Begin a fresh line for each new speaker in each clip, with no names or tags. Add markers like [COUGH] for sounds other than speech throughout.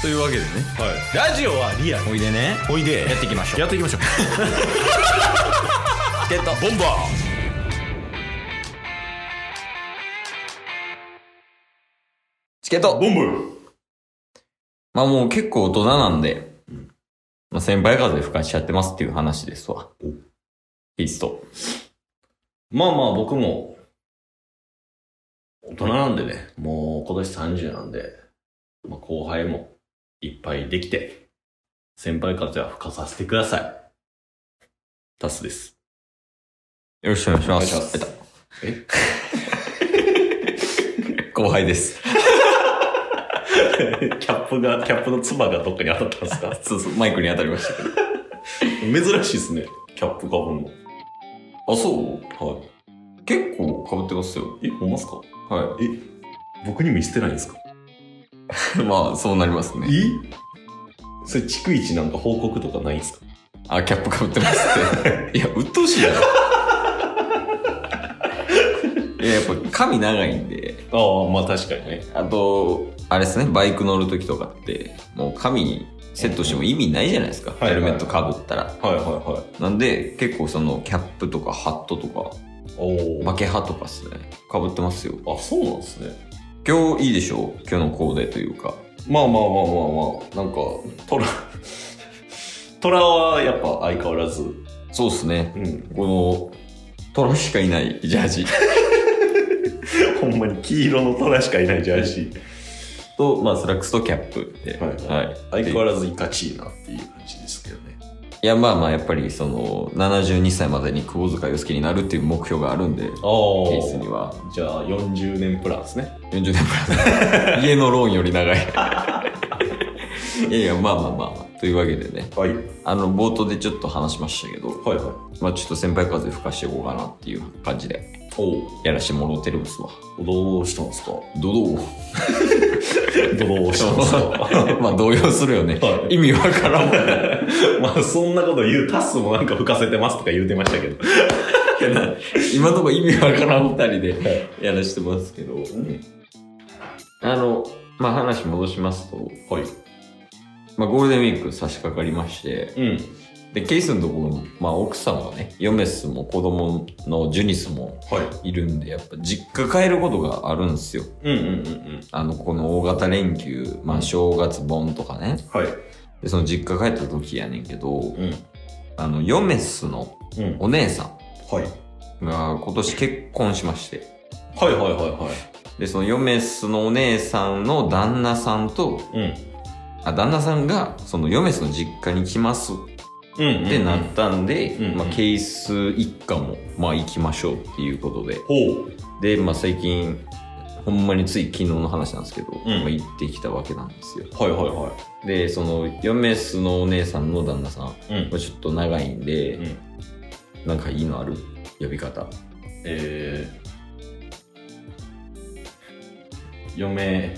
というわけでね
はい、ラジオはリアル
おいでね
おいで
やっていきましょう
やってい [LAUGHS] きましょう
ゲット
ボンバ
チケット
ーンブ
まあもう結構大人なんで、まあ、先輩風吹かしちゃってますっていう話ですわ
お
ピーストまあまあ僕も
大人なんでねもう今年30なんで、まあ、後輩もいっぱいできて先輩風は吹かさせてくださいタスです
よろしくお願いします
お願いします
え後輩です
キャップがキャップの唾がどっかに当たったんですか
[LAUGHS] そうそうマイクに当たりましたけど
珍しいですねキャップかぶんの
あそう
は
結構被ってますよ
いえほんますか
は
え僕に見捨てないんですか
いまあそうなりますね
えそれ逐一なんか報告とかないんですか
あキャップ被ってますって [LAUGHS] いや鬱陶しいやろいややっぱ髪長いんで
あ [LAUGHS] あまあ確かにね
あと、あれですね、バイク乗るときとかって、もう髪にセットしても意味ないじゃないですか、
いはい
ヘルメットかぶったら。
はいはいはい
なんで、結構その、キャップとかハットとか、
お
バケハとかですね、かぶってますよ。
あそうなんですね
今日いいでしょう今日のコーデというか。
まあまあまあまあまあなんかトラトラはやっぱ相変わらず
そうですね、
うん
この、トラしかいないジャー [LAUGHS] ジ
ほんまに黄色のトラしかいないジャージ
と、まあ、スラックスとキャップで。
はい
はい。
相変わらずいかちいなっていう感じですけどね
いや、まあまあ、やっぱり、その、72歳までに窪塚洋介になるっていう目標があるんで、
あ
ケースに
あ
は。 [LAUGHS]
じゃあ40年プランですね
40年プラス家のローンより長い [LAUGHS] いやいやまあまあまあ、まあ、というわけでね
はい
あの冒頭でちょっと話しましたけど、
はいはい
まあ、ちょっと先輩風吹かしていこうかなっていう感じで
お
やらしてもろてるんですわ
おどうしたんですか
どどう [LAUGHS]
どうしたんですか
まあ動揺するよね、
[LAUGHS] は
意味わからんもんね
まあそんなこと言うタスもなんか吹かせてますとか言うてましたけど
今のところ意味わからん二人で
はい
やらしてますけど、あのまあ話戻しますと、
はい
まあ、ゴールデンウィーク差し掛かりまして、
うん
でケイスのところ、まあ、奥さんはねヨメスも子供のジュニスも
はい
るんでやっぱ実家帰ることがあるんですよ
いうんうんうんうん
あのこの大型連休、まあ、正月盆とかね
はい
でその実家帰った時やねんけど
うん
あのヨメスの
うん
お姉さ
はい
んが今年結婚しまして
はいはいはい
でそのヨメスのお姉さんの旦那さんと
はい
あ旦那さんがそのヨメスの実家に来ます
うんうん
ってなったんで、
うんうん
まあ、ケイス一家も、まあ、行きましょうっていうことで
ほう
で、まあ、最近ほんまについ昨日の話なんですけど、
ん
まあ、行ってきたわけなんですよ
はいはいは
でその嫁すのお姉さんの旦那さん、ま
いうん
あ、ちょっと長いんで、
うん
なんかいいのある呼び方
えー、嫁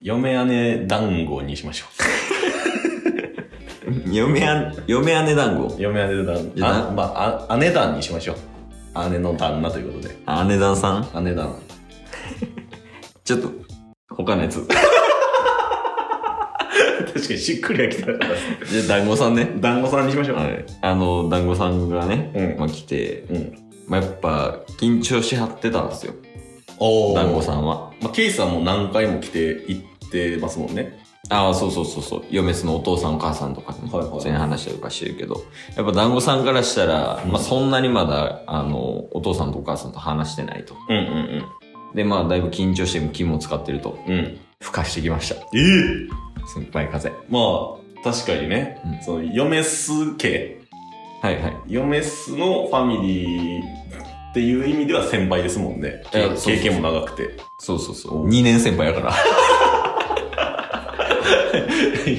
嫁姉団子にしましょ
[LAUGHS] 嫁あ嫁姉団子
う嫁姉団
い
子
や
あまああ姉団にしましょう姉の旦那ということで
あ姉団さん
姉団
ちょっと他のや [LAUGHS] つ
確かにしっく [LAUGHS] りはきたから
じゃあ団子さんね
団子さんにしましょう、
はいあの団子さんがね、
うん
まあ、来て、
うん
まあ、やっぱ緊張しはってたんですよ
お
団
団
子
子さん、
さんは
まあ、ケイさんも何回も来て行ってますもんね
ああ、そうそうそうそう。嫁すのお父さんお母さんとかに
はいはい
普通に話したりとかしてるけど、やっぱ団子さんからしたら、
うん
まあそんなにまだ、あの、お父さんとお母さんと話してないと。
うんうん
で、まあだいぶ緊張して気も使ってると、
うんうん
ふかしてきました。
ええ
先輩風。
まあ確かにね、
うん
その嫁す系
はいはい。
嫁すのファミリーっていう意味では先輩ですもんね
いやそ
け
うそう
経験も長くて [LAUGHS]
そうそうそう。2年先輩やから。 [LAUGHS]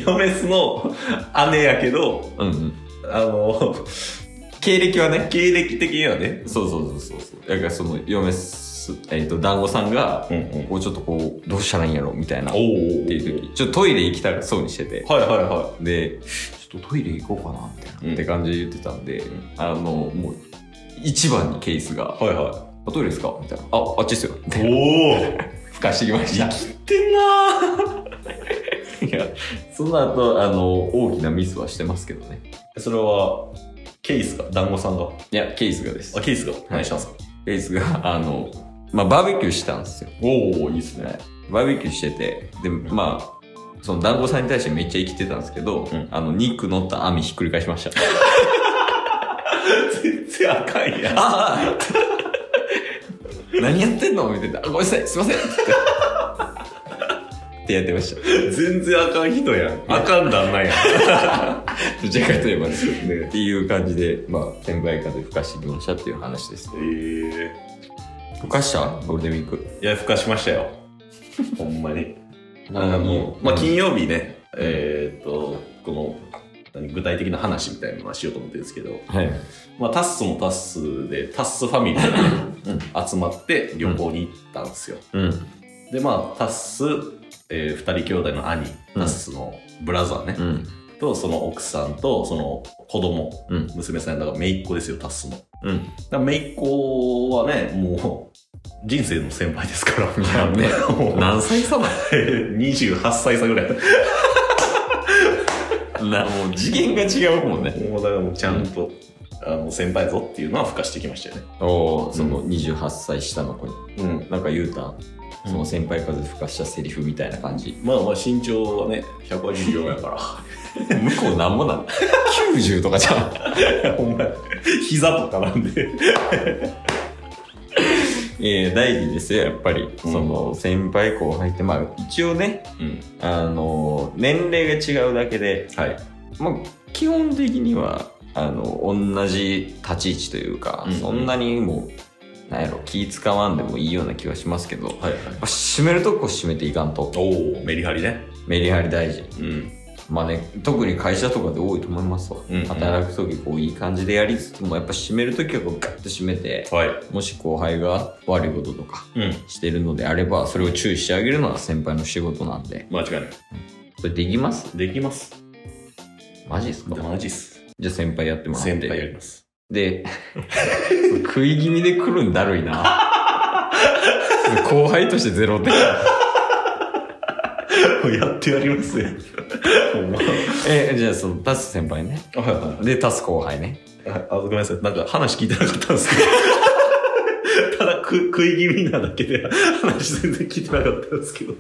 嫁すの姉やけど
うんうん。
あの [LAUGHS]
経歴はね。
経歴的にはね
そうそうそうそうそう。だからその嫁す、えっ、と、団子さんが、
うんうん
こうちょっとこう、どうしたらいいんやろみたいな。っ
おお
ていう時、ちょっとトイレ行きたそうにしてて。
はいはいは
で、ちょっとトイレ行こうかな、みたいな、
うん
って感じで言ってたんで、
ん
あの、もう、一番にケースが、
いはいは
あトイレですかみたいな。あ、あっちっすよ。みたい
い
な
おお
孵化してきまし
生
た。
きてんない
や、その後、あの、大きなミスはしてますけどね。
ーそれは、ケイスが、団子さんが。
いや、ケイスがです
あ、。ケイスが、お願いします。
ケイスが、あの、まあ、バーベキューしたんですよ。
おおいいですね。
バーベキューしてて、で、まあ、その団子さんに対してめっちゃ生きてたんですけど、
うん
あの、肉乗った網ひっくり返しました。
全然あか
[LAUGHS]
んや
あ
ん。
あ何やってんのみたいな。あ、ごめんなさい、すいません [LAUGHS] って言って。ってやってました。
全然あかん人やん。あかん旦那やん。
どちらかといえばね。っていう感じで、まあ、先輩風吹かしてきましたっていう話です。
え
吹かしたゴールデンウィーク。
えいや、ふかしましたよ。ほんまに。
あ
あの、
ま
まあ、
あ、
金曜日ね、えーっと、この、何具体的な話みたいなのはしようと思ってるんですけど、
はい。
まあ、タッスもタッスで、タッスファミリー
うん
が集まって旅行に行ったんですよ。
うん。
で、まあ、タッス、えー、二人兄弟の兄、タッスのブラザーね、
うん。
と、その奥さんと、その子供、
うん
娘さん、だから姪っ子ですよ、タッスの。だか
うん。
ら姪っ子はね、もう、人生の先輩ですから。
や
[LAUGHS]
ね
もう
何歳差な
28歳差ぐ [LAUGHS] らい。
のな、もう次元が違うもんね。
もうだからもうちゃんと、あの先輩ぞっていうのは付加してきましたよね。
おお、その28歳下の子に。
うん。
なんか言うたんその先輩風吹かしたセリフみたいな感じ。
まあまあ身長はね、184や [LAUGHS] か
[LAUGHS] 向こうなんもなん。90とかじゃん。
ら。ほんまや膝とかなんで。
ええ大事ですよ、やっぱり。その、先輩後輩って、まあ、一応ね、
うん。
あの、年齢が違うだけで、
はい。
まあ、基本的にはあの同じ立ち位置というか、
うん
そんなにもうなんやろ気使わんでもいいような気はしますけど、ま
はいはい。
あ、締めるとこ締めていかんと
おおメリハリね。
メリハリ大事
うん。
まあね特に会社とかで多いと思いますわ、
うんうん
働く時こういい感じでやりつつもやっぱ締める時はこうガッと締めて
はい。
もし後輩が悪いこととか
うん。
してるのであればそれを注意してあげるのは先輩の仕事なんで
間違いない。
それできます
できます。
マジですか
マジっす。
じゃあ先輩やってもらって
先輩やります。
で、 [LAUGHS] 食い気味で来るんだるいな。後輩としてゼロ点。
[LAUGHS] やってやります [LAUGHS] よ。ほんま。
え、じゃあその、タス先輩ね。
はいはい。
で、タス後輩ね。
あ、あごめんなさい。なんか話聞いてなかったんですけど。 [LAUGHS] ただく食い気味なだけで話全然聞いてなかったんですけど。
っ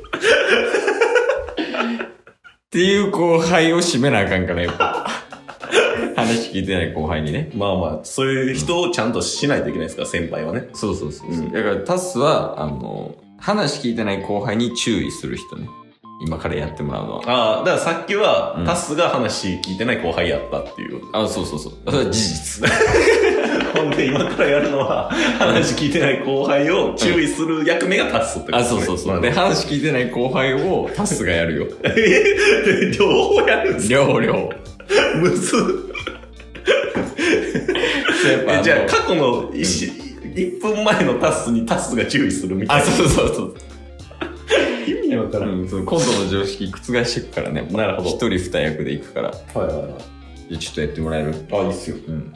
ていう後輩を締めなあかんから、やっぱ。 [LAUGHS] 話聞いてない後輩にね。
まあまあ、そういう人をちゃんとしないといけないですから、先輩はね。
そうそうそうそう
うん
だからタスは、あの、話聞いてない後輩に注意する人ね。今からやってもらうのは。
ああ、だからさっきは、
うん
タスが話聞いてない後輩やったっていう。
あ、そうそうそう。それは事実。
ほんで、今からやるのは、話聞いてない後輩を注意する役目がタスってこと
あ、
です
そ
ね [LAUGHS]
うそうそう。で、
で、
話聞いてない後輩をタスがや [LAUGHS] るよ。
で両方やるんですよ。
両両。
むずっ。えじゃあ、過去の一1分前のタスにタスが注意するみたい
あ、
な。
そうそうそう。
意味わからん。
うん、その今度の常識覆していくからね。
なるほど
一人二役でいくから。
はいはいはい。
じゃあちょっとやってもらえる
あ、いいっすよ。
うん。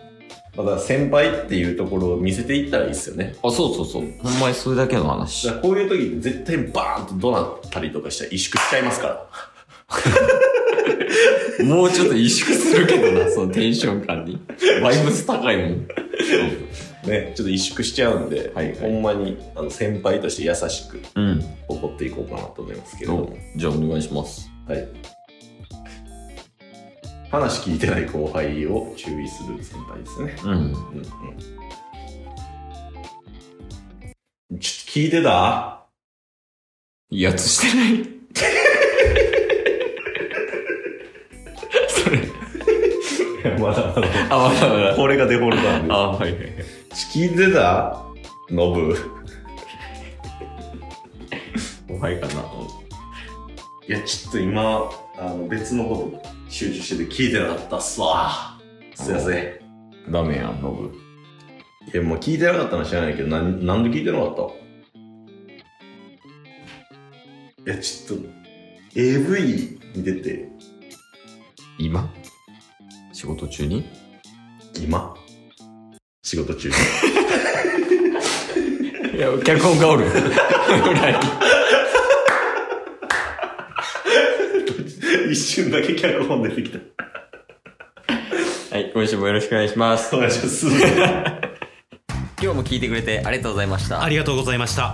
まだ先輩っていうところを見せていったらいいっすよね。
あ、そうそうそう。ほんまにそれだけの
だ
話
か。らこういう時って絶対バーンと怒鳴ったりとかしたら萎縮しちゃいますから。
[LAUGHS] もうちょっと萎縮するけどな、そのテンション感に。バイブス高いもん。
ね、ちょっと萎縮しちゃうんで、
はいはい
ほんまにあの先輩として優しく
うん。
怒っていこうかなと思いますけれども
お。じゃあお願いします。
はい。話聞いてない後輩を注意する先輩ですね。
うん。
うんうん。ちょっと聞いてた
威圧してない。 [LAUGHS] それ。
まだまだ。
あ、 [LAUGHS] まだまだ。
これがデフォルトなんで
あ、はいはいはい。
す。ちょ聞いてたノブ。
後輩かな。
いや、ちょっと今、あの別のこと集中してて聞いてなかったっすわ。すいません。い
ダメやん、ノブ。
や、もう聞いてなかったの知らないけど、なんなんで聞いてなかったいや、ちょっと、AV 見てて、
今仕事中に
今、仕事
[LAUGHS]
中に。
いや、脚本がおる。裏に。
一瞬だけ脚本出てきた。
はい、今週もよろしくお願いします。
お願いし
[LAUGHS]
ます。
今日も聞いてくれてありがとうございました
あ。りがとうございました。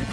す